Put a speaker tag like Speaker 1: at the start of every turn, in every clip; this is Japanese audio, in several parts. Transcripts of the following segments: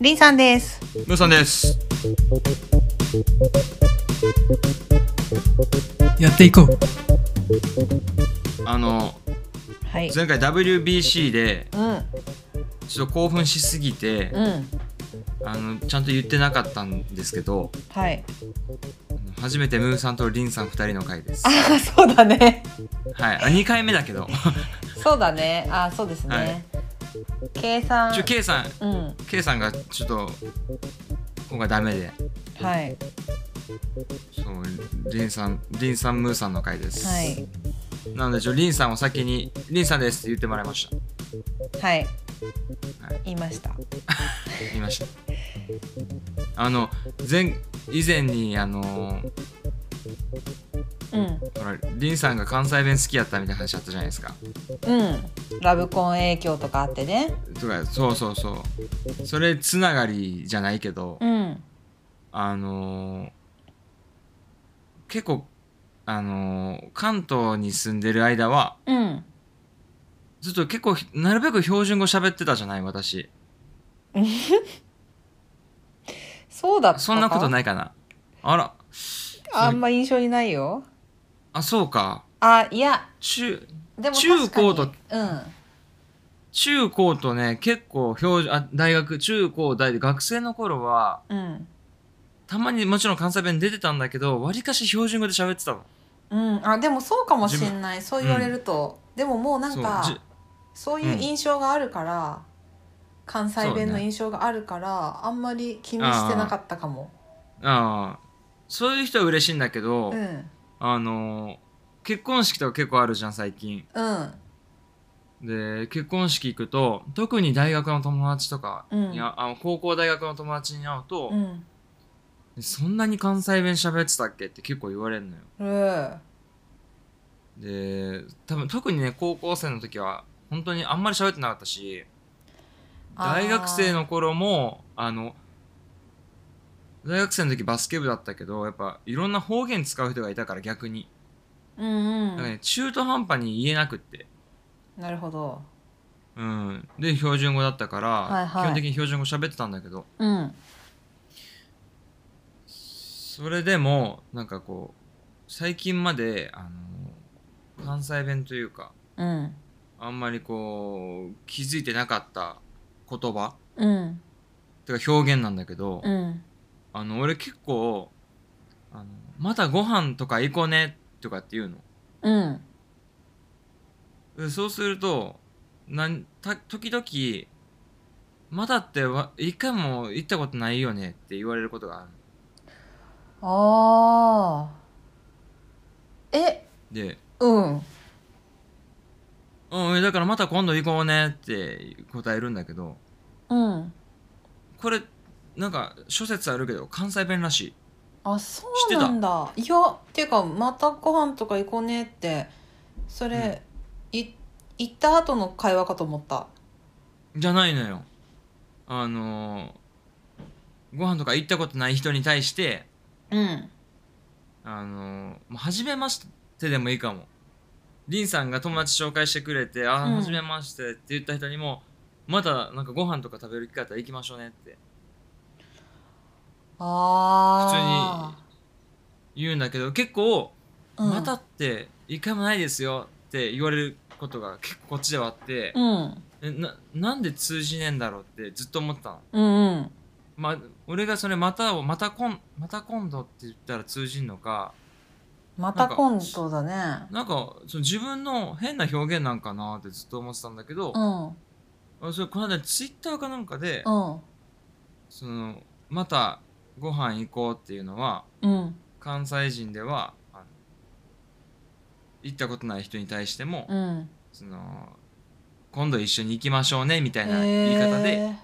Speaker 1: りんさんです。
Speaker 2: ムーさんです。
Speaker 3: やっていこう
Speaker 2: あの
Speaker 1: はい。
Speaker 2: 前回 WBC で
Speaker 1: うん、
Speaker 2: ちょっと興奮しすぎて
Speaker 1: うん、
Speaker 2: あのちゃんと言ってなかったんですけど
Speaker 1: はい。
Speaker 2: 初めてムーさんとリンさん2人の回です。
Speaker 1: あ
Speaker 2: はい、
Speaker 1: ー、そうだね。
Speaker 2: あ2回目だけど
Speaker 1: そうだね。あー、そうですね。計算
Speaker 2: ちょ。K さん
Speaker 1: うん、
Speaker 2: K さんがちょっと今回ダメで
Speaker 1: はい、
Speaker 2: そうリンさんリンさんムーさんの回です。
Speaker 1: はい、
Speaker 2: なのでちょリンさんを先に「リンさんです」って言ってもらいました。
Speaker 1: はい
Speaker 2: はい。
Speaker 1: 言いました。
Speaker 2: 言いました。あの前以前にあの
Speaker 1: うん、
Speaker 2: ほら、リンさんが関西弁好きやったみたいな話あったじゃないですか。
Speaker 1: うん。ラブコン影響とかあってね。
Speaker 2: とか、そうそうそう。それつながりじゃないけど、
Speaker 1: うん、
Speaker 2: あのー結構、あのー関東に住んでる間は、
Speaker 1: うん。
Speaker 2: ずっと結構、なるべく標準語喋ってたじゃない、私。
Speaker 1: そうだったか。
Speaker 2: そんなことないかな。あら、
Speaker 1: あんま印象にないよ。
Speaker 2: あ、そうか。
Speaker 1: あ、いや、
Speaker 2: 中、
Speaker 1: でも
Speaker 2: 中
Speaker 1: 確かに
Speaker 2: 高と
Speaker 1: うん。
Speaker 2: 中高とね、結構標準、あ、大学、中高大で学生の頃は、
Speaker 1: うん。
Speaker 2: たまにもちろん関西弁出てたんだけど、わりかし標準語で喋ってたの。
Speaker 1: うん、あでもそうかもしんないそう言われると、でももうなん
Speaker 2: そうじ
Speaker 1: かそういう印象があるから、関西弁の印象があるから、あんまり気にしてなかったかも
Speaker 2: ああそういう人は嬉しいんだけど、
Speaker 1: うん
Speaker 2: あの結婚式とか結構あるじゃん最近
Speaker 1: うん
Speaker 2: で結婚式行くと特に大学の友達とか
Speaker 1: うん
Speaker 2: いやあの高校大学の友達に会うと、
Speaker 1: うん
Speaker 2: そんなに関西弁喋ってたっけって結構言われるのよ
Speaker 1: うん
Speaker 2: で多分特にね高校生の時は本当にあんまり喋ってなかったし
Speaker 1: あー
Speaker 2: 大学生の頃もあの大学生の時バスケ部だったけどやっぱいろんな方言使う人がいたから逆に
Speaker 1: うん
Speaker 2: だ
Speaker 1: う
Speaker 2: からね
Speaker 1: ん、
Speaker 2: 中途半端に言えなくって、
Speaker 1: なるほど
Speaker 2: うん、で標準語だったから、
Speaker 1: はいはい
Speaker 2: 基本的に標準語喋ってたんだけど
Speaker 1: うん
Speaker 2: それでもなんかこう最近まであの関西弁というか
Speaker 1: うん
Speaker 2: あんまりこう気づいてなかった言葉
Speaker 1: うん
Speaker 2: てか表現なんだけど、
Speaker 1: うん
Speaker 2: あの俺結構あの「またご飯とか行こうね」とかって言うの
Speaker 1: うん
Speaker 2: でそうするとなんた時々「まだってわ一回も行ったことないよね」って言われることがある
Speaker 1: あーえ
Speaker 2: で
Speaker 1: うん
Speaker 2: 「うんだからまた今度行こうね」って答えるんだけど
Speaker 1: うん
Speaker 2: これなんか諸説あるけど関西弁らしい
Speaker 1: あそうなんだいやっていうかまたご飯とか行こうねってそれ、い行った後の会話かと思った
Speaker 2: じゃないのよあのー、ご飯とか行ったことない人に対して
Speaker 1: うん
Speaker 2: あのー、まあ初めましてでもいいかもリンさんが友達紹介してくれて「ああ、
Speaker 1: うん
Speaker 2: 初めまして」って言った人にも「またなんかご飯とか食べる機会あったら行きましょうね」って普通に
Speaker 1: ああ
Speaker 2: 言うんだけど結構「
Speaker 1: うん
Speaker 2: また」って一回もないですよって言われることが結構こっちではあって、
Speaker 1: うん
Speaker 2: えななんで通じねえんだろうってずっと思ってたの。
Speaker 1: うんうん
Speaker 2: ま、俺がそれまたをまたこんまた今度って言ったら通じんのか
Speaker 1: また今度だね
Speaker 2: なんかその自分の変な表現なんかなってずっと思ってたんだけど、
Speaker 1: うんうん
Speaker 2: あそれこの間ツイッターかなんかで、
Speaker 1: うん
Speaker 2: そのまたご飯行こうっていうのは
Speaker 1: うん
Speaker 2: 関西人ではあの行ったことない人に対しても、
Speaker 1: うん
Speaker 2: その今度一緒に行きましょうねみたいな言い
Speaker 1: え
Speaker 2: 方で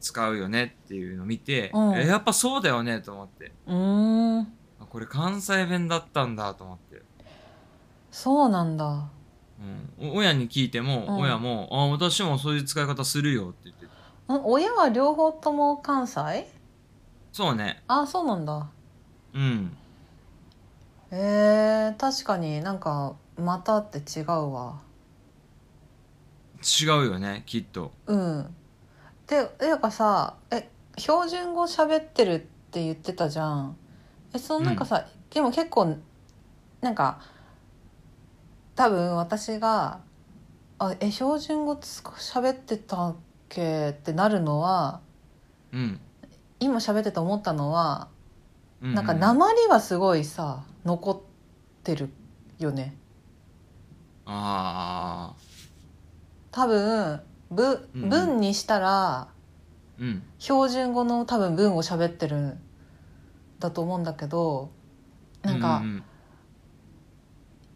Speaker 2: 使うよねっていうのを見て、
Speaker 1: うん
Speaker 2: えやっぱそうだよねと思って
Speaker 1: うーん
Speaker 2: あこれ関西弁だったんだと思って。
Speaker 1: そうなんだ
Speaker 2: うん、お親に聞いても、
Speaker 1: うん
Speaker 2: 親も「あ私もそういう使い方するよ」って言ってた
Speaker 1: ん親は両方とも関西
Speaker 2: そうね
Speaker 1: あそうなんだ
Speaker 2: うん
Speaker 1: えー、確かになんか「また」って違うわ
Speaker 2: 違うよねきっと
Speaker 1: うんでえかさえ標準語喋ってるって言ってたじゃんえそのなんかさ、でも結構なんか多分私が「あえ標準語つ喋ってたっけ?」ってなるのは
Speaker 2: うん
Speaker 1: 今喋ってて思ったのは
Speaker 2: う
Speaker 1: なんか鉛がすごいさ残ってるよね
Speaker 2: ああ
Speaker 1: 多分ぶ
Speaker 2: うんうん
Speaker 1: 文にしたら
Speaker 2: うん
Speaker 1: 標準語の多分文を喋ってるんだと思うんだけどなんか、
Speaker 2: うんうん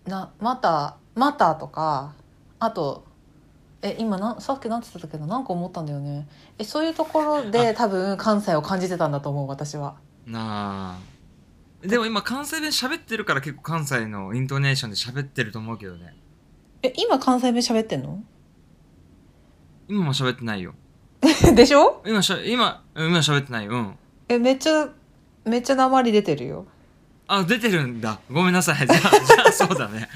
Speaker 1: な「また」「また」とかあと「え今なさっきなんて言ってたけどなんか思ったんだよねえそういうところで多分関西を感じてたんだと思う私は
Speaker 2: なあでも今関西弁喋ってるから結構関西のイントネーションで喋ってると思うけどね
Speaker 1: え今関西弁喋ってんの
Speaker 2: 今も喋ってないよ
Speaker 1: でしょ
Speaker 2: 今しゃ今うん今喋ってないようん
Speaker 1: えめっちゃめっちゃ鉛出てるよ
Speaker 2: あ出てるんだごめんなさいじゃあ じゃあそうだね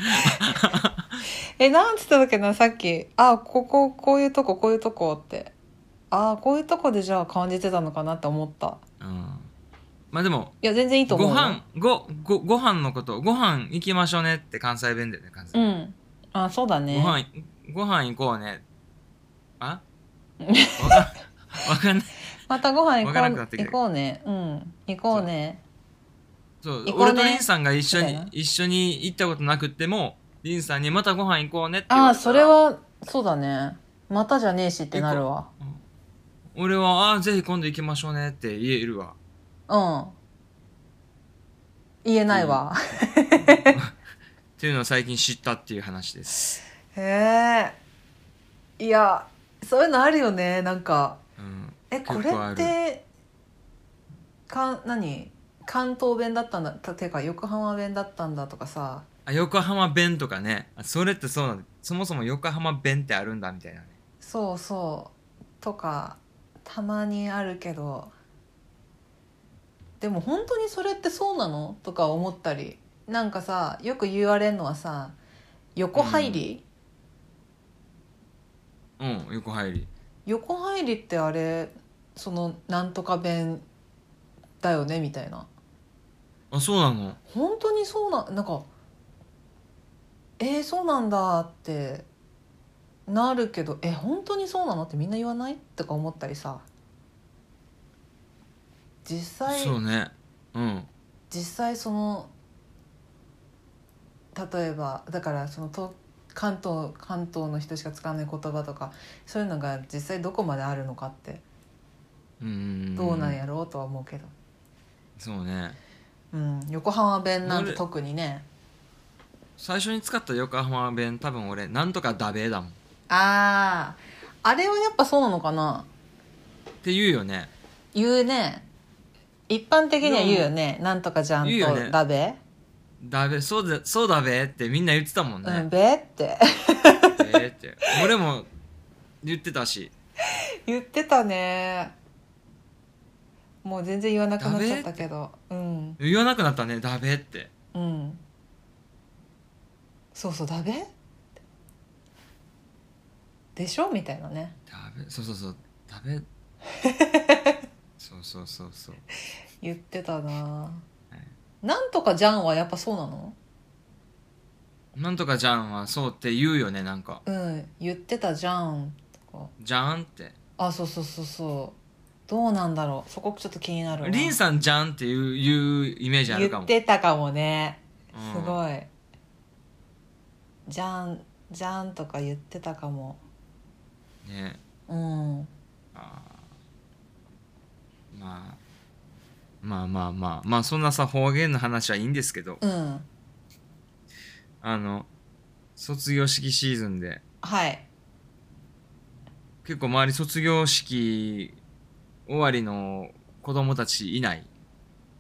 Speaker 1: えなんつってたっけなさっき「あこここういうとここういうとこ」ってあこういうとこでじゃあ感じてたのかなって思った
Speaker 2: うんまあでも
Speaker 1: いや全然いいと思
Speaker 2: ご
Speaker 1: うよ
Speaker 2: 飯ごごご飯のことご飯行きましょうねって関西弁だよね関西
Speaker 1: う
Speaker 2: 弁、
Speaker 1: んあそうだね
Speaker 2: ご飯ご飯行こうね あわかわかんない
Speaker 1: またご飯行
Speaker 2: わからなく
Speaker 1: こ
Speaker 2: な
Speaker 1: う
Speaker 2: ってく
Speaker 1: 行
Speaker 2: る
Speaker 1: こうねうん行こうね
Speaker 2: そう、
Speaker 1: 行こうね
Speaker 2: 俺とリンさんが一緒
Speaker 1: み
Speaker 2: に
Speaker 1: たいな
Speaker 2: 一緒に行ったことなくってもリンさんにまたご飯行こうねって言わ
Speaker 1: ああ
Speaker 2: れたら
Speaker 1: それはそうだねまたじゃねえしってなるわ
Speaker 2: 俺はあーぜひ今度行きましょうねって言えるわ
Speaker 1: うん言えないわ、
Speaker 2: っていうのを最近知ったっていう話です、
Speaker 1: へえいやそういうのあるよねなんか
Speaker 2: うん、
Speaker 1: えこれ
Speaker 2: 結構あ
Speaker 1: っ
Speaker 2: る
Speaker 1: てかん何関東弁だったんだたてか横浜弁だったんだとかさ
Speaker 2: あ横浜弁とかねあそれってそうなんだそもそも横浜弁ってあるんだみたいなね
Speaker 1: そうそうとかたまにあるけどでも本当にそれってそうなのとか思ったりなんかさよく言われるのはさ「横入り」
Speaker 2: うん横入り
Speaker 1: 横入りってあれそのなんとか弁だよねみたいな
Speaker 2: あそうなの
Speaker 1: 本当にそうななんかえー、そうなんだってなるけどえ本当にそうなのってみんな言わないとか思ったりさ実際
Speaker 2: そうねうん
Speaker 1: 実際その例えばだからそのと関東関東の人しか使わない言葉とかそういうのが実際どこまであるのかって
Speaker 2: うん
Speaker 1: どうなんやろうとは思うけど、
Speaker 2: そうね
Speaker 1: うん、横浜弁なんて特にね
Speaker 2: 最初に使った横浜弁多分俺なんとかだべだもんっ
Speaker 1: あああれはやっぱそうなのかな
Speaker 2: て言うよね
Speaker 1: 言うね一般的には言うよねなんとかじゃん
Speaker 2: 言うよね
Speaker 1: とだべ
Speaker 2: だべそうだそうだべってみんな言ってたも
Speaker 1: うん
Speaker 2: んね、
Speaker 1: べって
Speaker 2: えーって俺も言ってたし
Speaker 1: 言ってたねもう全然言わなくなっちゃったけどうん
Speaker 2: 言わなくなったねだべって
Speaker 1: うんそうそうだべでしょみたいなね
Speaker 2: だべそうそうそうだ べそうそうそうそう
Speaker 1: 言ってたななんとかじゃんはやっぱそうなの
Speaker 2: なんとかじゃんはそうって言うよねなんか
Speaker 1: うん言ってたじゃんとか
Speaker 2: じゃんって
Speaker 1: あそうそうそうそうどうなんだろうそこちょっと気になるわ
Speaker 2: リンさんじゃんっていういうイメージあるか
Speaker 1: 言
Speaker 2: も
Speaker 1: ってたかもね
Speaker 2: うん
Speaker 1: すごい、じゃんじゃんとか言ってたかも
Speaker 2: ね
Speaker 1: うん
Speaker 2: あーまあまあまあまあまあそんなさ方言の話はいいんですけど
Speaker 1: うん
Speaker 2: あの卒業式シーズンで
Speaker 1: はい
Speaker 2: 結構周り卒業式終わりの子供たちいない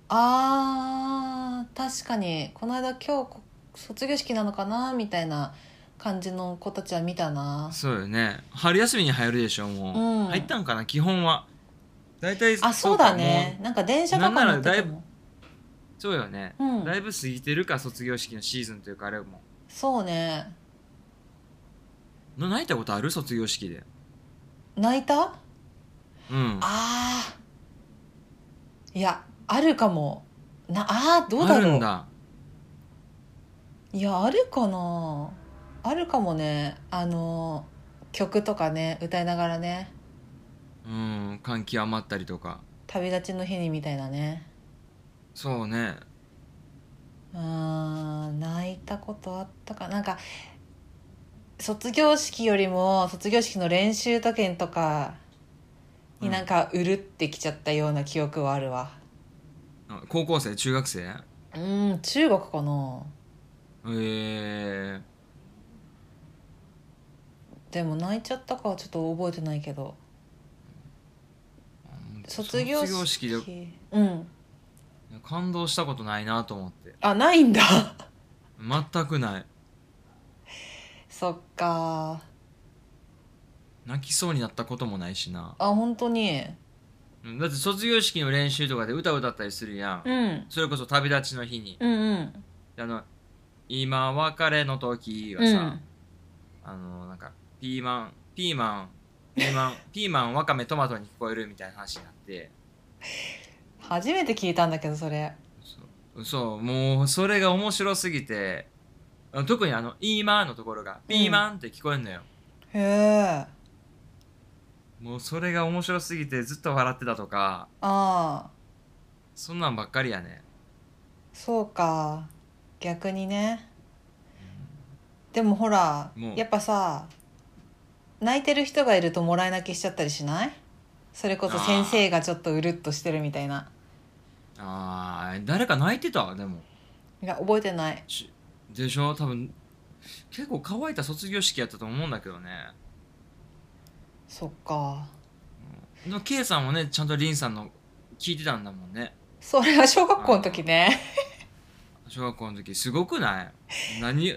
Speaker 1: あー確かにこの間今日こ卒業式なのかなみたいな感じの子たちは見たな
Speaker 2: そうよね春休みに入るでしょも
Speaker 1: う
Speaker 2: う、
Speaker 1: ん
Speaker 2: 入ったんかな基本は大体
Speaker 1: あそうだねなんか電車とか乗って
Speaker 2: なんならだ
Speaker 1: て
Speaker 2: いぶ
Speaker 1: も
Speaker 2: そうよね、
Speaker 1: うん
Speaker 2: だいぶ過ぎてるか卒業式のシーズンというかあれも
Speaker 1: そうね
Speaker 2: な泣いたことある卒業式で
Speaker 1: 泣いた
Speaker 2: うん
Speaker 1: あーいやあるかもなあーどうだ
Speaker 2: ある
Speaker 1: ろ
Speaker 2: ん
Speaker 1: う
Speaker 2: だ
Speaker 1: いやあるかなあるかもねあの曲とかね歌いながらね
Speaker 2: うん感極まったりとか
Speaker 1: 旅立ちの日にみたいなね
Speaker 2: そうね
Speaker 1: うーん泣いたことあったかなんか卒業式よりも卒業式の練習時計とかになんかうるってきちゃったような記憶はあるわ
Speaker 2: あ高校生中学生
Speaker 1: うん中国かな
Speaker 2: ええ
Speaker 1: でも泣いちゃったかはちょっと覚えてないけど卒業式
Speaker 2: で
Speaker 1: うん
Speaker 2: 感動したことないなと思って
Speaker 1: あないんだ
Speaker 2: 全くない
Speaker 1: そっか
Speaker 2: 泣きそうになったこともないしな
Speaker 1: あ本当に
Speaker 2: うんだって卒業式の練習とかで歌歌ったりするやん、
Speaker 1: うん
Speaker 2: それこそ旅立ちの日に
Speaker 1: うんうん
Speaker 2: あの「今別れの時」は
Speaker 1: う
Speaker 2: さ、
Speaker 1: ん
Speaker 2: あのなんかピーマンピーマンピー マンピーマンわかめトマトに聞こえるみたいな話になって
Speaker 1: 初めて聞いたんだけどそれ
Speaker 2: そうそうもうそれが面白すぎてあの特にあの「今」のところが「ピーマン」って聞こえるのよ、
Speaker 1: へえ
Speaker 2: もうそれが面白すぎてずっと笑ってたとか
Speaker 1: ああ
Speaker 2: そんなんばっかりやね
Speaker 1: そうか逆にねでもほら
Speaker 2: もう
Speaker 1: やっぱさ泣いてる人がいるともらい泣きしちゃったりしないそれこそ先生がちょっとうるっとしてるみたいな
Speaker 2: あー誰か泣いてたでも
Speaker 1: いや覚えてない
Speaker 2: しでしょ多分結構乾いた卒業式やったと思うんだけどね
Speaker 1: そっか
Speaker 2: でも K さんもねちゃんとリンさんの聞いてたんだもんね
Speaker 1: それは小学校の時ね
Speaker 2: 小学校の時すごくない何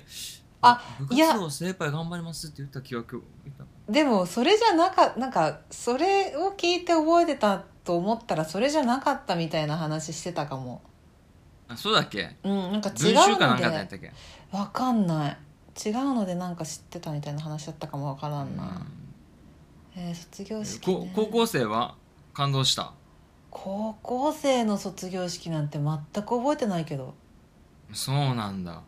Speaker 1: あ
Speaker 2: 部
Speaker 1: いや
Speaker 2: 活動精一杯頑張りますって言った記憶
Speaker 1: でもそれじゃなかなんかそれを聞いて覚えてたと思ったらそれじゃなかったみたいな話してたかも
Speaker 2: あそうだっけ
Speaker 1: うんなんか違う
Speaker 2: 文集かな
Speaker 1: の
Speaker 2: んかやっ
Speaker 1: で
Speaker 2: たっけ
Speaker 1: わかんない違うのでなんか知ってたみたいな話だったかもわからんな、えー卒業式、
Speaker 2: こ
Speaker 1: ね、
Speaker 2: 高校生は感動した
Speaker 1: 高校生の卒業式なんて全く覚えてないけど
Speaker 2: そうなんだ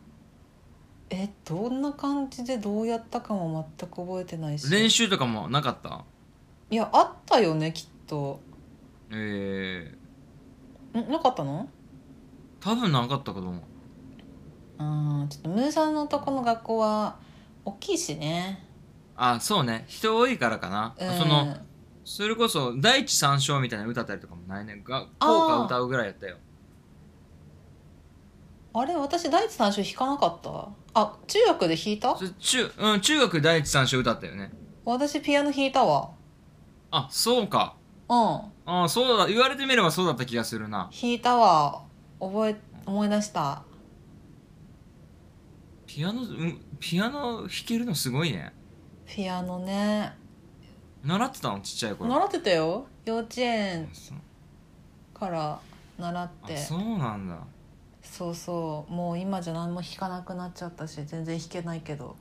Speaker 1: えどんな感じでどうやったかも全く覚えてないし
Speaker 2: 練習とかもなかった
Speaker 1: いやあったよねきっと
Speaker 2: えー、
Speaker 1: んなかったの
Speaker 2: 多分なかったかと思う
Speaker 1: うんちょっとムーさんのとこの学校は大きいしね
Speaker 2: あそうね人多いからかな、
Speaker 1: うん
Speaker 2: そのそれこそ第一三章みたいなの歌ったりとかもないねが校歌歌うぐらいやったよ
Speaker 1: あれ私第一三章弾かなかったあ中学で弾いた
Speaker 2: それ中,、うん、中学第一三章歌ったよね
Speaker 1: 私ピアノ弾いたわ
Speaker 2: あそうか
Speaker 1: うん弾
Speaker 2: ああそうだ言われてみればそうだった気がするない
Speaker 1: たわ覚え思い出した
Speaker 2: ピアノ、うん、ピアノ弾けるのすごいね
Speaker 1: ピアノね
Speaker 2: 習ってたのちっちゃい頃
Speaker 1: 習ってたよ幼稚園
Speaker 2: あそう
Speaker 1: から習っ
Speaker 2: あ
Speaker 1: て
Speaker 2: そ
Speaker 1: そう
Speaker 2: なんだ
Speaker 1: うそうもう今じゃ何も弾かなくなっちゃったし全然弾けないけど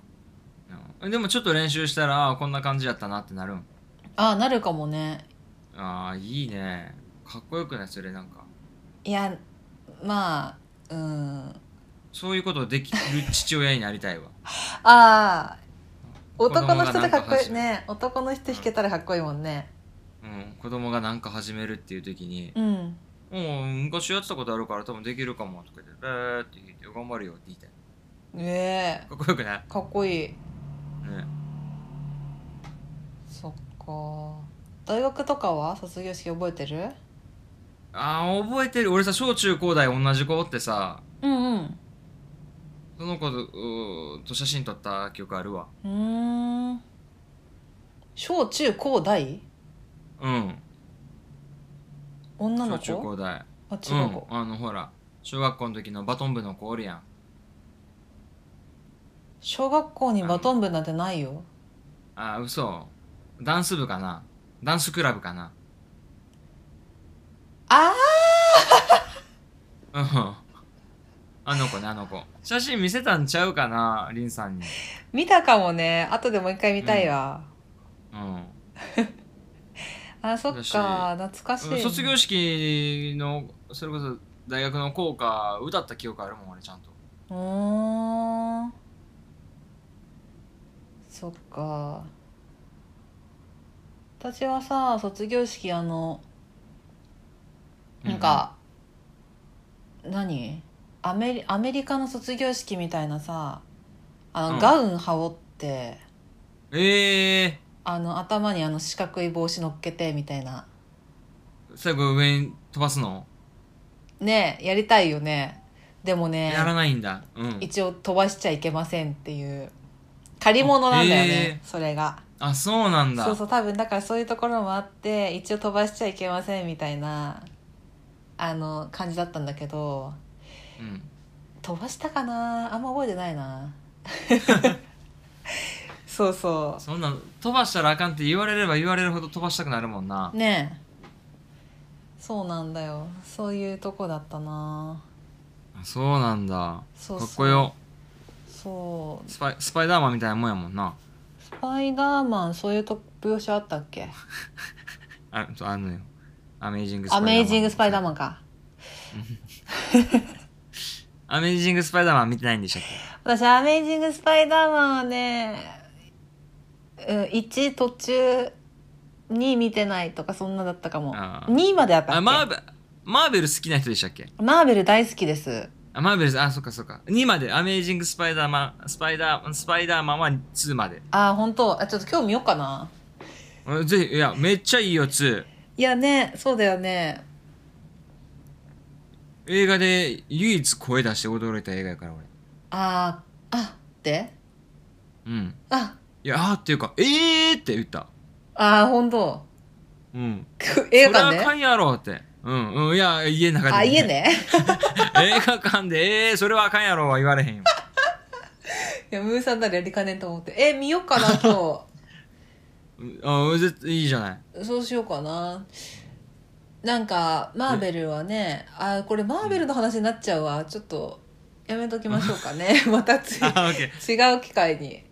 Speaker 2: うんでもちょっと練習したらあーこんな感じやったなってなるん
Speaker 1: ああなるかもね
Speaker 2: ああいいねかっこよくないそれなんか
Speaker 1: いやまあうん
Speaker 2: そういうことできる父親になりたいわ
Speaker 1: ああ男の人
Speaker 2: 子供
Speaker 1: で
Speaker 2: がなん
Speaker 1: か
Speaker 2: か
Speaker 1: っこい
Speaker 2: 走
Speaker 1: い
Speaker 2: る
Speaker 1: ね男の人弾けたらかっこいいもんね
Speaker 2: うん子供がなんか始めるっていう時に
Speaker 1: うん
Speaker 2: 「もう昔やってたことあるから多分できるかも」とか言って「えー」って言って「頑張るよ」って言いたい
Speaker 1: ええ
Speaker 2: かっこよくない
Speaker 1: かっこいい
Speaker 2: ね
Speaker 1: そっか大学とかは卒業式覚えてる
Speaker 2: ああ覚えてる俺さ小中高大同じ子ってさ
Speaker 1: うん
Speaker 2: その子とうーと写真撮った記憶あるわ
Speaker 1: うんうーん小中高大
Speaker 2: うん
Speaker 1: 女の
Speaker 2: 小
Speaker 1: 子
Speaker 2: 中高大
Speaker 1: あ
Speaker 2: う
Speaker 1: 中学
Speaker 2: んあのほら小学校の時のバトン部の子おるやん
Speaker 1: 小学校にバトン部なんてないよ
Speaker 2: あー嘘ダンス部かなダンスクラブかな
Speaker 1: あ
Speaker 2: うんあの子ねあの子写真見せたんちゃうかなリンさんに
Speaker 1: あ見たかもね後でもう一回見たいわ、
Speaker 2: うん
Speaker 1: あそっ
Speaker 2: だし
Speaker 1: か懐かしい
Speaker 2: 卒業式のそれこそ大学の校歌歌った記憶あるもん俺ちゃんと
Speaker 1: うーんそっか私はさ卒業式あのなんか、何アメリアメリカの卒業式みたいなさあの、
Speaker 2: うん
Speaker 1: ガウン羽織って
Speaker 2: うんええ
Speaker 1: あの頭にあの四角い帽子乗っけてみたいな
Speaker 2: 最後上に飛ばすの、
Speaker 1: ねえやりたいよねでもね
Speaker 2: やらないんだうん
Speaker 1: 一応飛ばしちゃいけませんっていう借り物なんだよね、それが
Speaker 2: あそうなんだ
Speaker 1: そうそう多分だからそういうところもあって一応飛ばしちゃいけませんみたいなあの感じだったんだけど
Speaker 2: うん、
Speaker 1: 飛ばしたかなあんま覚えてないな そうそ
Speaker 2: そんなん飛ばしたらあかんって言われれば言われるほど飛ばしたくなるもんな
Speaker 1: うねえそうなんだよそういうとこだったな
Speaker 2: あそうなんだ
Speaker 1: そう
Speaker 2: か
Speaker 1: そう
Speaker 2: っこよ
Speaker 1: そう
Speaker 2: スパイスパイダーマンみたいなもんやもんな
Speaker 1: スパイダーマンそういうと描写あったっけ
Speaker 2: あそうあるのよアメイジングスパ
Speaker 1: ア
Speaker 2: イダーマン
Speaker 1: メイジングスパイダーマンか
Speaker 2: アメイジングスパイダーマン見てないんでしたっ
Speaker 1: 私、アメイジング・スパイダーマンはね、うん、1途中2見てないとかそんなだったかも。
Speaker 2: あー
Speaker 1: 2まであっ
Speaker 2: け
Speaker 1: たっ
Speaker 2: あ
Speaker 1: け
Speaker 2: マーベマーベル好きな人でしたっけ
Speaker 1: マーベル大好きです。
Speaker 2: あマーベルあそっかそっか2までアメイジングスパイダーマンスパイダースパイダーマンは2まで
Speaker 1: あー、本当あ、ちょっと今日見ようかな。
Speaker 2: うんぜひいやめっちゃいいよ2
Speaker 1: いやね、そうだよね。
Speaker 2: 映画で唯一声出して驚いた映画やから俺
Speaker 1: あー、あって
Speaker 2: うん
Speaker 1: あ、
Speaker 2: いやあーっていうかえーって言った
Speaker 1: あー、本当
Speaker 2: うん
Speaker 1: く映画館
Speaker 2: それはあ
Speaker 1: で
Speaker 2: かんやろってうんうんいや家の中で
Speaker 1: あ、家ね。
Speaker 2: 映画館でえーそれはあかんやろは言われへんよ
Speaker 1: いや、ムーさんならやりかねんと思って。え、見ようかな、今
Speaker 2: うんうん絶対いいじゃない
Speaker 1: 日。そうしようかな。なんかマーベルはねあーこれマーベルの話になっちゃうわちょっとやめときましょうか ねまたつい
Speaker 2: あーオッケー
Speaker 1: 違う機会に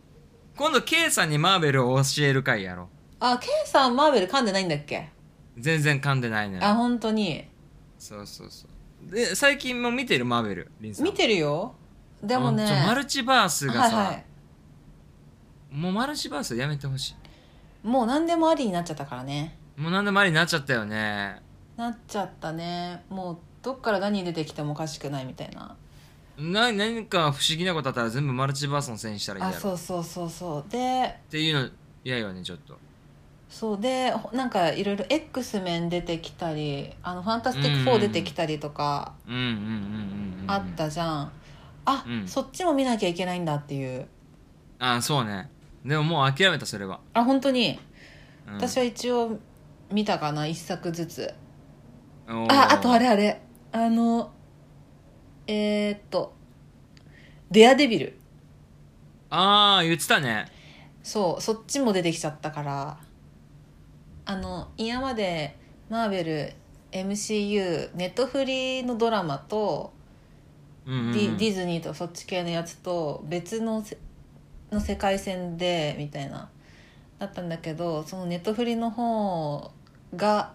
Speaker 2: 今度 K さんにマーベルを教える回やろ
Speaker 1: あケンさんマーベル噛んでないんだっけ
Speaker 2: 全然噛んでないね
Speaker 1: あ本当に
Speaker 2: そうそうそうで最近も見てるマーベルリンさん
Speaker 1: 見てるよでもね
Speaker 2: うんちょマルチバースが
Speaker 1: はい
Speaker 2: さ、
Speaker 1: はい
Speaker 2: もうマルチバースやめてほし
Speaker 1: もう何でもありになっちゃったからね
Speaker 2: いもう何でもありになっちゃったよね
Speaker 1: なっちゃったねもうどっから何出てきてもおかしくないみたいな
Speaker 2: な何か不思議なことあったら全部マルチバースのせいにしたらいい
Speaker 1: あ
Speaker 2: やろっ
Speaker 1: そうそうそうそうで
Speaker 2: ていうの嫌よねちょっと
Speaker 1: そうでほなんかいろいろ X メン出てきたり「あのファンタスティック
Speaker 2: う
Speaker 1: 4」
Speaker 2: ん
Speaker 1: 出てきたりとか
Speaker 2: うんうんうんうんうん
Speaker 1: あったじゃん、あ、
Speaker 2: うん
Speaker 1: そっちも見なきゃいけないんだっていう
Speaker 2: あそうねでももう諦めたそれは、
Speaker 1: あ本当に
Speaker 2: うん
Speaker 1: 私は一応見たかな一作ずつ
Speaker 2: おー
Speaker 1: ああとあれあれあのえー、っと「デアデビル
Speaker 2: ああ言ってたね」
Speaker 1: そうそっちも出てきちゃったからあの今までマーベル MCU ネットフリのドラマと
Speaker 2: うんうんうん
Speaker 1: ディディズニーとそっち系のやつと別のせの世界線でみたいなだったんだけどそのネットフリの方が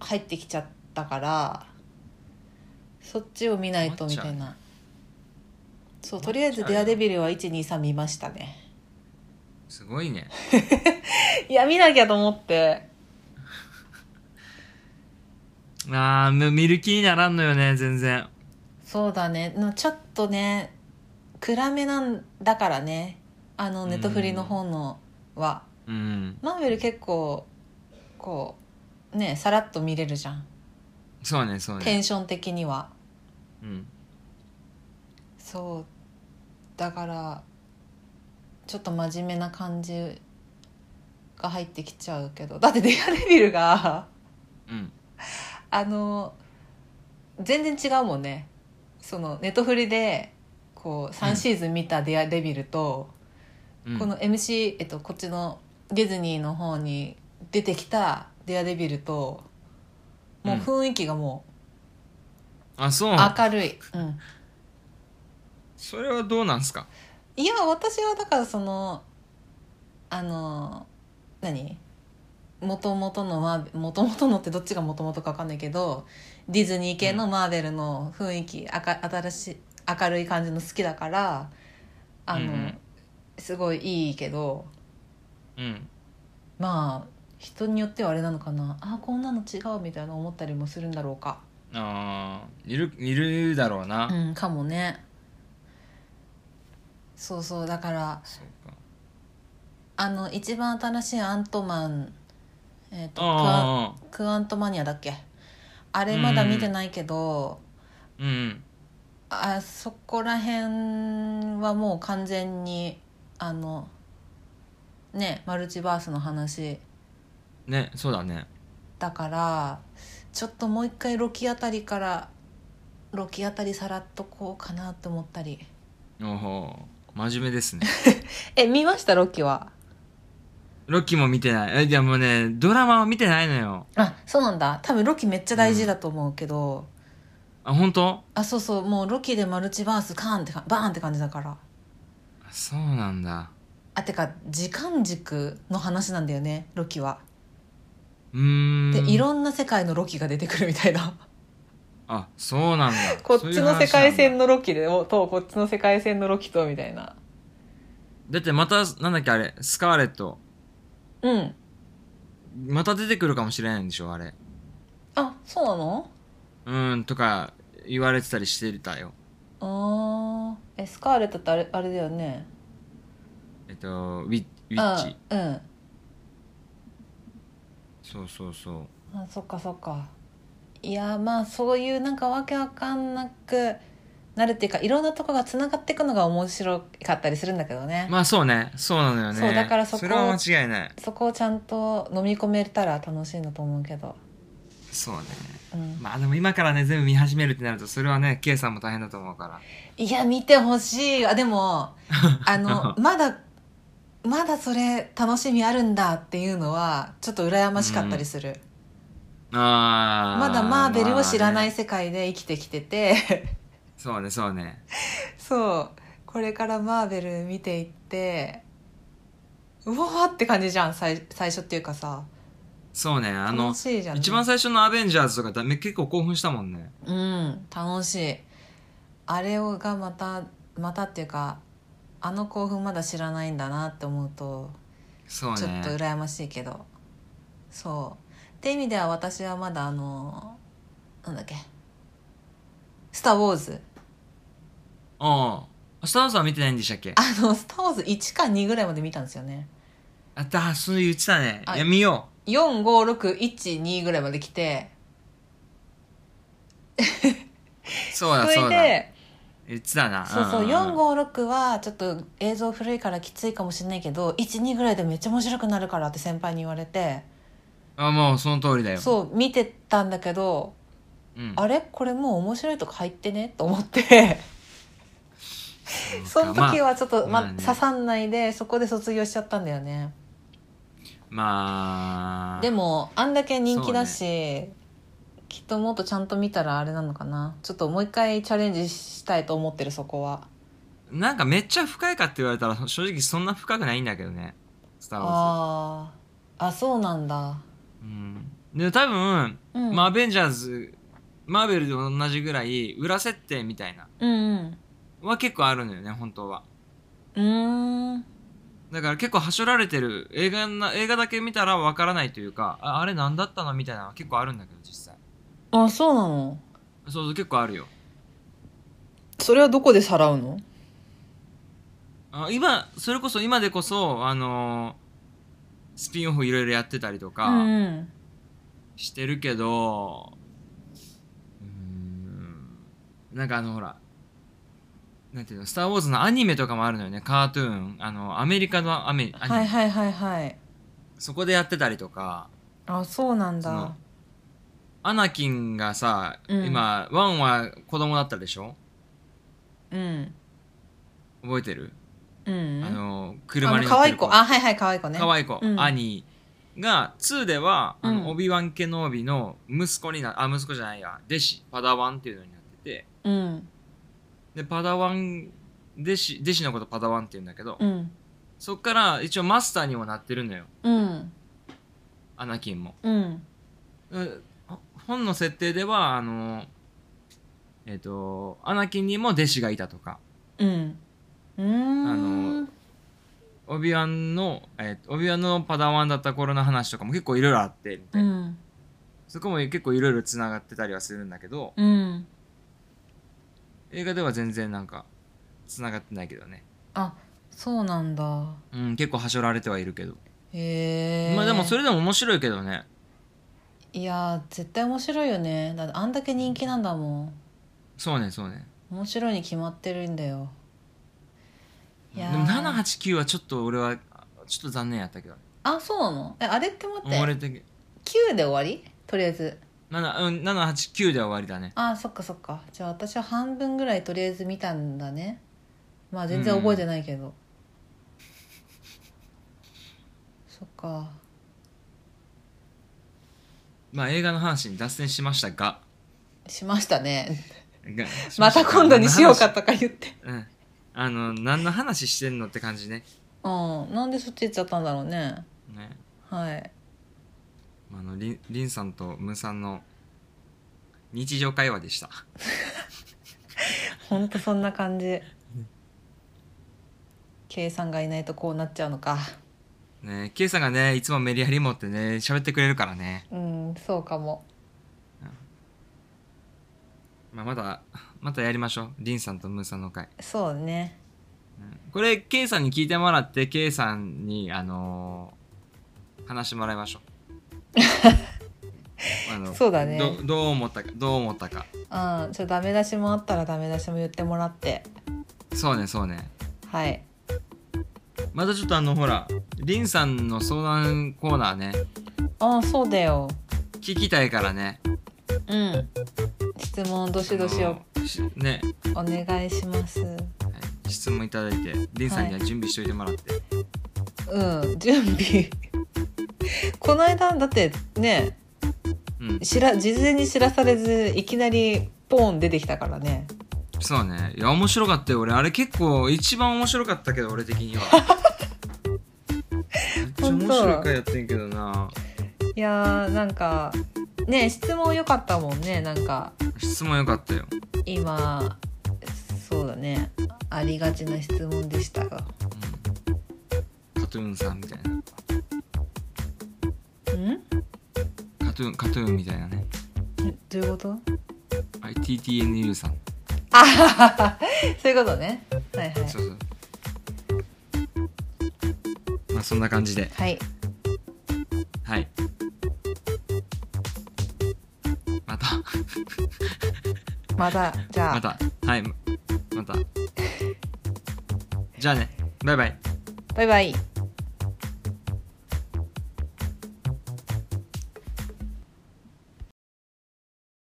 Speaker 1: 入ってきちゃったからそっちを見ないとみたいなそうとりあえず「デアデビル」は123見ましたね
Speaker 2: すごいね
Speaker 1: いや見なきゃと思って
Speaker 2: あー見る気にならんのよね全然
Speaker 1: そうだねなちょっとね暗めなんだからねあのネットフリの方のは。
Speaker 2: うん
Speaker 1: マーベル結構こうねさらっと見れるじゃん
Speaker 2: そうねそう
Speaker 1: テ
Speaker 2: ね
Speaker 1: ンション的には
Speaker 2: うん
Speaker 1: そうだからちょっと真面目な感じが入ってきちゃうけどだって「デアデビルが」
Speaker 2: うん
Speaker 1: あの全然違うもんねそのネットフリでこう
Speaker 2: う
Speaker 1: 3
Speaker 2: ん
Speaker 1: シーズン見た「デアデビルと」
Speaker 2: うん
Speaker 1: この MC、えっと、こっちのディズニーの方に出てきた「デアデビルと」もう
Speaker 2: うん
Speaker 1: 雰囲気がも
Speaker 2: あそう
Speaker 1: う
Speaker 2: なの
Speaker 1: 明るい、うん
Speaker 2: それはどうなんすか
Speaker 1: いや私はだからそのあの何元々のマーベ元々のってどっちが元々か分かんないけどディズニー系のマーベルの雰囲気、あか新しい明るい感じの好きだからあの、
Speaker 2: うんうん
Speaker 1: すごいいいけど
Speaker 2: うん
Speaker 1: まあ人によってはあれなのかなあこんなの違うみたいな思ったりもするんだろうか
Speaker 2: あーいるいるだろうな、
Speaker 1: うんかもねそうそうだから
Speaker 2: そうか
Speaker 1: あの一番新しいアントマンえっ、とクア
Speaker 2: あ
Speaker 1: クアントマニアだっけあれまだ見てないけど、
Speaker 2: あうん
Speaker 1: あそこら辺はもう完全にあのねマルチバースの話
Speaker 2: ねそうだね
Speaker 1: だからちょっともう一回ロキあたりからロキあたりさらっとこうかなと思ったり
Speaker 2: おお真面目ですね
Speaker 1: え見ましたロキは
Speaker 2: ロッキーも見てないえじゃあもうねドラマは見てないのよ
Speaker 1: あそうなんだ多分ロキめっちゃ大事だと思うけど、
Speaker 2: あ本当
Speaker 1: あそうそうもうロキでマルチバースカーンってかバーンって感じだから
Speaker 2: あそうなんだ
Speaker 1: あてか時間軸の話なんだよねロキは
Speaker 2: うーん
Speaker 1: でいろんな世界のロキが出てくるみたいな
Speaker 2: あそうなんだ
Speaker 1: こっちの世界線
Speaker 2: の
Speaker 1: のロキでとこっちの世界線のロキとみたいな
Speaker 2: だってまたなんだっけあれスカーレット
Speaker 1: うん
Speaker 2: また出てくるかもしれないんでしょあれ
Speaker 1: あそうなの
Speaker 2: うんとか言われてたりしてたよ
Speaker 1: あーえスカーレットってあれあれだよね
Speaker 2: えっとウィウィッチ
Speaker 1: あうん
Speaker 2: そうそうそう
Speaker 1: あそっかそっかいやーまあそういうなんかわけわかんなくなるっていうかいろんなとこがつながっていくのが面白かったりするんだけどね、
Speaker 2: まあそうねそうなのよね
Speaker 1: そうだからそこ
Speaker 2: れは間違いない
Speaker 1: そこをちゃんと飲み込めたら楽しいんだと思うけど、
Speaker 2: そうね
Speaker 1: うん、
Speaker 2: まあでも今からね全部見始めるってなるとそれはね K さんも大変だと思うから
Speaker 1: いや見てほしいあで もあのまだまだそれ楽しみあるんだっていうのはちょっと羨ましかったりする、
Speaker 2: あー
Speaker 1: まだマーベルを知らな
Speaker 2: まあ
Speaker 1: い
Speaker 2: ね
Speaker 1: 世界で生きてきてて
Speaker 2: そうねそうね
Speaker 1: そうこれからマーベル見ていってうわーって感じじゃん最最初っていうかさ
Speaker 2: そうねあの
Speaker 1: 楽しいじゃん、
Speaker 2: 一番最初の「アベンジャーズ」とかだめ結構興奮したもんね
Speaker 1: うん楽しいあれをがまたまたっていうかあの興奮まだ知らないんだなって思うと
Speaker 2: そう
Speaker 1: ちょっ
Speaker 2: ね
Speaker 1: と羨ましいけどそうって意味では私はまだあのなんだっけ「スター・ウォーズ
Speaker 2: ああスター・ウォーズは見てないんでしたっけ」
Speaker 1: あの「スター・ウォーズ」1か2ぐらいまで見たんですよね
Speaker 2: あったそう言ってたね
Speaker 1: あ
Speaker 2: いや見よ
Speaker 1: 4561ぐらいまで来て
Speaker 2: うそうだ
Speaker 1: そ
Speaker 2: そ
Speaker 1: れ
Speaker 2: うだ
Speaker 1: で
Speaker 2: 言ってたな
Speaker 1: そうそう
Speaker 2: うんうんうん
Speaker 1: 456はちょっと映像古いからきついかもしれないけど12ぐらいでめっちゃ面白くなるからって先輩に言われて
Speaker 2: あもうその通りだよ
Speaker 1: そう見てたんだけど
Speaker 2: うん
Speaker 1: あれこれもう面白いとか入ってねと思って その時はちょっと、
Speaker 2: まあ
Speaker 1: ま
Speaker 2: ね
Speaker 1: 刺さんないでそこで卒業しちゃったんだよね
Speaker 2: まあ
Speaker 1: でもあんだけ人気だし、きっともっとちゃんと見たらあれなのかなちょっともう一回チャレンジしたいと思ってるそこは
Speaker 2: なんかめっちゃ深いかって言われたら正直そんな深くないんだけどね「スター・ウォーズ
Speaker 1: あーあそうなんだ、
Speaker 2: うん、で多分、
Speaker 1: うん、
Speaker 2: まあ、アベンジャーズマーベルと同じぐらい裏設定みたいな
Speaker 1: うんうん
Speaker 2: は結構あるのよね本当は
Speaker 1: うーん
Speaker 2: だから結構はしょられてる映画な映画だけ見たらわからないというかああれ何だったのみたいなのは結構あるんだけど実際
Speaker 1: あそうなの
Speaker 2: そうそう結構あるよ
Speaker 1: それはどこでさらうの
Speaker 2: あ今それこそ今でこそあのースピンオフいろいろやってたりとか、
Speaker 1: うん
Speaker 2: してるけどうーんなんかあのほらなんていうの「スター・ウォーズ」のアニメとかもあるのよねカートゥーンあのアメリカのアメアニメ、
Speaker 1: はいはいはいはい
Speaker 2: そこでやってたりとか
Speaker 1: あそうなん
Speaker 2: そ
Speaker 1: だ
Speaker 2: のアナキンがさ、
Speaker 1: うん
Speaker 2: 今ワンは子供だったでしょ
Speaker 1: うん
Speaker 2: 覚えてる、
Speaker 1: うん
Speaker 2: あの
Speaker 1: あ
Speaker 2: 車
Speaker 1: の
Speaker 2: に乗
Speaker 1: 可
Speaker 2: っ
Speaker 1: 愛
Speaker 2: て
Speaker 1: い
Speaker 2: る
Speaker 1: 子
Speaker 2: 子
Speaker 1: あはいはい可愛い子ね
Speaker 2: 可愛い子、
Speaker 1: うん
Speaker 2: アニーが2ではあの、
Speaker 1: うん
Speaker 2: オビワン・ケノービの息子になあ息子じゃないや弟子パダワンっていうのになってて
Speaker 1: うん
Speaker 2: でパダワン弟子弟子のことパダワンって言うんだけど、
Speaker 1: うん
Speaker 2: そっから一応マスターにもなってるのよ
Speaker 1: うん
Speaker 2: アナキンも
Speaker 1: うん
Speaker 2: う本の設定ではあのえっ、とアナキンにも弟子がいたとか
Speaker 1: うんうーん
Speaker 2: あのオビワンの、えーオビワンのパダワンだった頃の話とかも結構いろいろあってみた
Speaker 1: う
Speaker 2: いな、
Speaker 1: ん
Speaker 2: そこも結構いろいろつながってたりはするんだけど
Speaker 1: うん
Speaker 2: 映画では全然なんかつながってないけどね、
Speaker 1: あそうなんだ
Speaker 2: うん、結構はしょられてはいるけど、
Speaker 1: へえ
Speaker 2: まあでもそ
Speaker 1: れ
Speaker 2: れでも面白いけどね
Speaker 1: いやー絶対面白いよねだってあんだけ人気なんだもん
Speaker 2: そうねそうね
Speaker 1: 面白いに決まってるんだよい
Speaker 2: で
Speaker 1: や
Speaker 2: も
Speaker 1: ー
Speaker 2: 789はちょっと俺はちょっと残念やったけどね
Speaker 1: あそうなのえあれって待って
Speaker 2: 俺的に
Speaker 1: 9で終わりとりあえず
Speaker 2: 7うん789で終わりだね
Speaker 1: あそっかそっかじゃあ私は半分ぐらいとりあえず見たんだねまあ全然覚えてないけど、そっか
Speaker 2: まあ映画の話に脱線しましたが
Speaker 1: しましたね
Speaker 2: が
Speaker 1: また今度にしようかとか言って
Speaker 2: うんあの何の話してんのって感じね
Speaker 1: うんなんでそっち行っちゃったんだろうね
Speaker 2: ね
Speaker 1: はい
Speaker 2: あのりんりんさんとムーさんの日常会話でした
Speaker 1: ほんとそんな感じ計算がいないとこうなっちゃうのか
Speaker 2: ね K さんがねいつもメリハリ持ってね喋ってくれるからね、
Speaker 1: うんそうかも
Speaker 2: まあ、またまたやりましょうりんさんとムーさんの会
Speaker 1: そうね
Speaker 2: これ K さんに聞いてもらって K さんにあのー話してもらいましょうあ の
Speaker 1: そうだね
Speaker 2: どどう思ったかどう思ったか
Speaker 1: うんちょっとダメ出しもあったらダメ出しも言ってもらって
Speaker 2: そうねそうね
Speaker 1: はい
Speaker 2: またちょっとあのほらりんさんの相談コーナーね
Speaker 1: ああそうだよ
Speaker 2: 聞きたいからね
Speaker 1: うん質問どしどしを
Speaker 2: あのしね
Speaker 1: お願いします
Speaker 2: はい質問いただいてりんさんには準備しといてもらって、
Speaker 1: うん準備 この間だってね
Speaker 2: うん
Speaker 1: 知ら事前に知らされずいきなりポーン出てきたからね
Speaker 2: そうねいや面白かったよ俺あれ結構一番面白かったけど俺的にはめっちゃ面白い回やってんけどない
Speaker 1: やーなんかね質問良かったもんねなんか
Speaker 2: 質問良かったよ
Speaker 1: 今そうだねありがちな質問でしたが
Speaker 2: カトゥーンさんみたいなんカトゥーンカトゥーンみたいなね
Speaker 1: どういうこと
Speaker 2: はい TTNU さん
Speaker 1: あはははそういうことねはいはい
Speaker 2: そうそうまあそんな感じで
Speaker 1: はい
Speaker 2: はいまた
Speaker 1: またじゃあ
Speaker 2: またはいまたじゃあねバイバイ
Speaker 1: バイバイ